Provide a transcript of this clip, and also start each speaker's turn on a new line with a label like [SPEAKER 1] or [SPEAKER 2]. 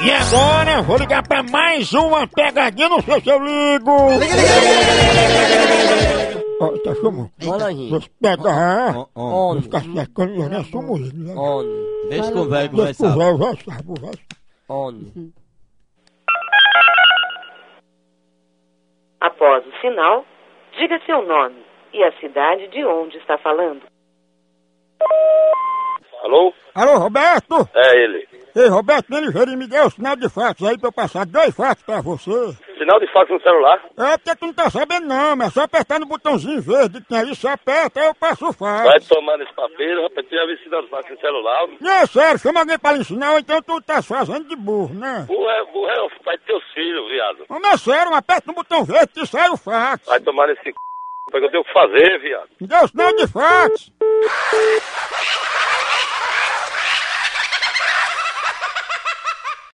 [SPEAKER 1] E agora vou ligar pra mais uma pegadinha, não sei se eu ligo. Ó, tá chamando.
[SPEAKER 2] Olha aí.
[SPEAKER 1] Vocês pegam, ah,
[SPEAKER 2] Homem.
[SPEAKER 1] ficar cercando e olhando a sua mulher. né?
[SPEAKER 2] Homem.
[SPEAKER 3] Deixa com o velho
[SPEAKER 1] Deixa pro
[SPEAKER 3] conversar.
[SPEAKER 1] véu, o véu sabe, o véu sabe.
[SPEAKER 2] Homem.
[SPEAKER 4] Após o sinal, diga seu nome e a cidade de onde está falando.
[SPEAKER 5] Alô?
[SPEAKER 1] Alô, Roberto?
[SPEAKER 5] É ele.
[SPEAKER 1] Ei, Roberto, me ligeira, me deu o sinal de fax aí pra eu passar dois fax pra você.
[SPEAKER 5] Sinal de fax no celular?
[SPEAKER 1] É porque tu não tá sabendo não, mas é só apertar no botãozinho verde que tem aí, só aperta, aí eu passo o fax.
[SPEAKER 5] Vai tomando esse papel, rapaz, tu já viu sinal de fax no celular?
[SPEAKER 1] Não, é sério, chama alguém pra lhe ensinar, ou então tu tá se fazendo de burro, né?
[SPEAKER 5] Burro é, burro é o pai de teus filhos, viado.
[SPEAKER 1] Mas é sério, aperta no botão verde que sai o fax. é
[SPEAKER 5] Vai tomar nesse c... que eu tenho o que fazer, viado.
[SPEAKER 1] Me deu o sinal de fax.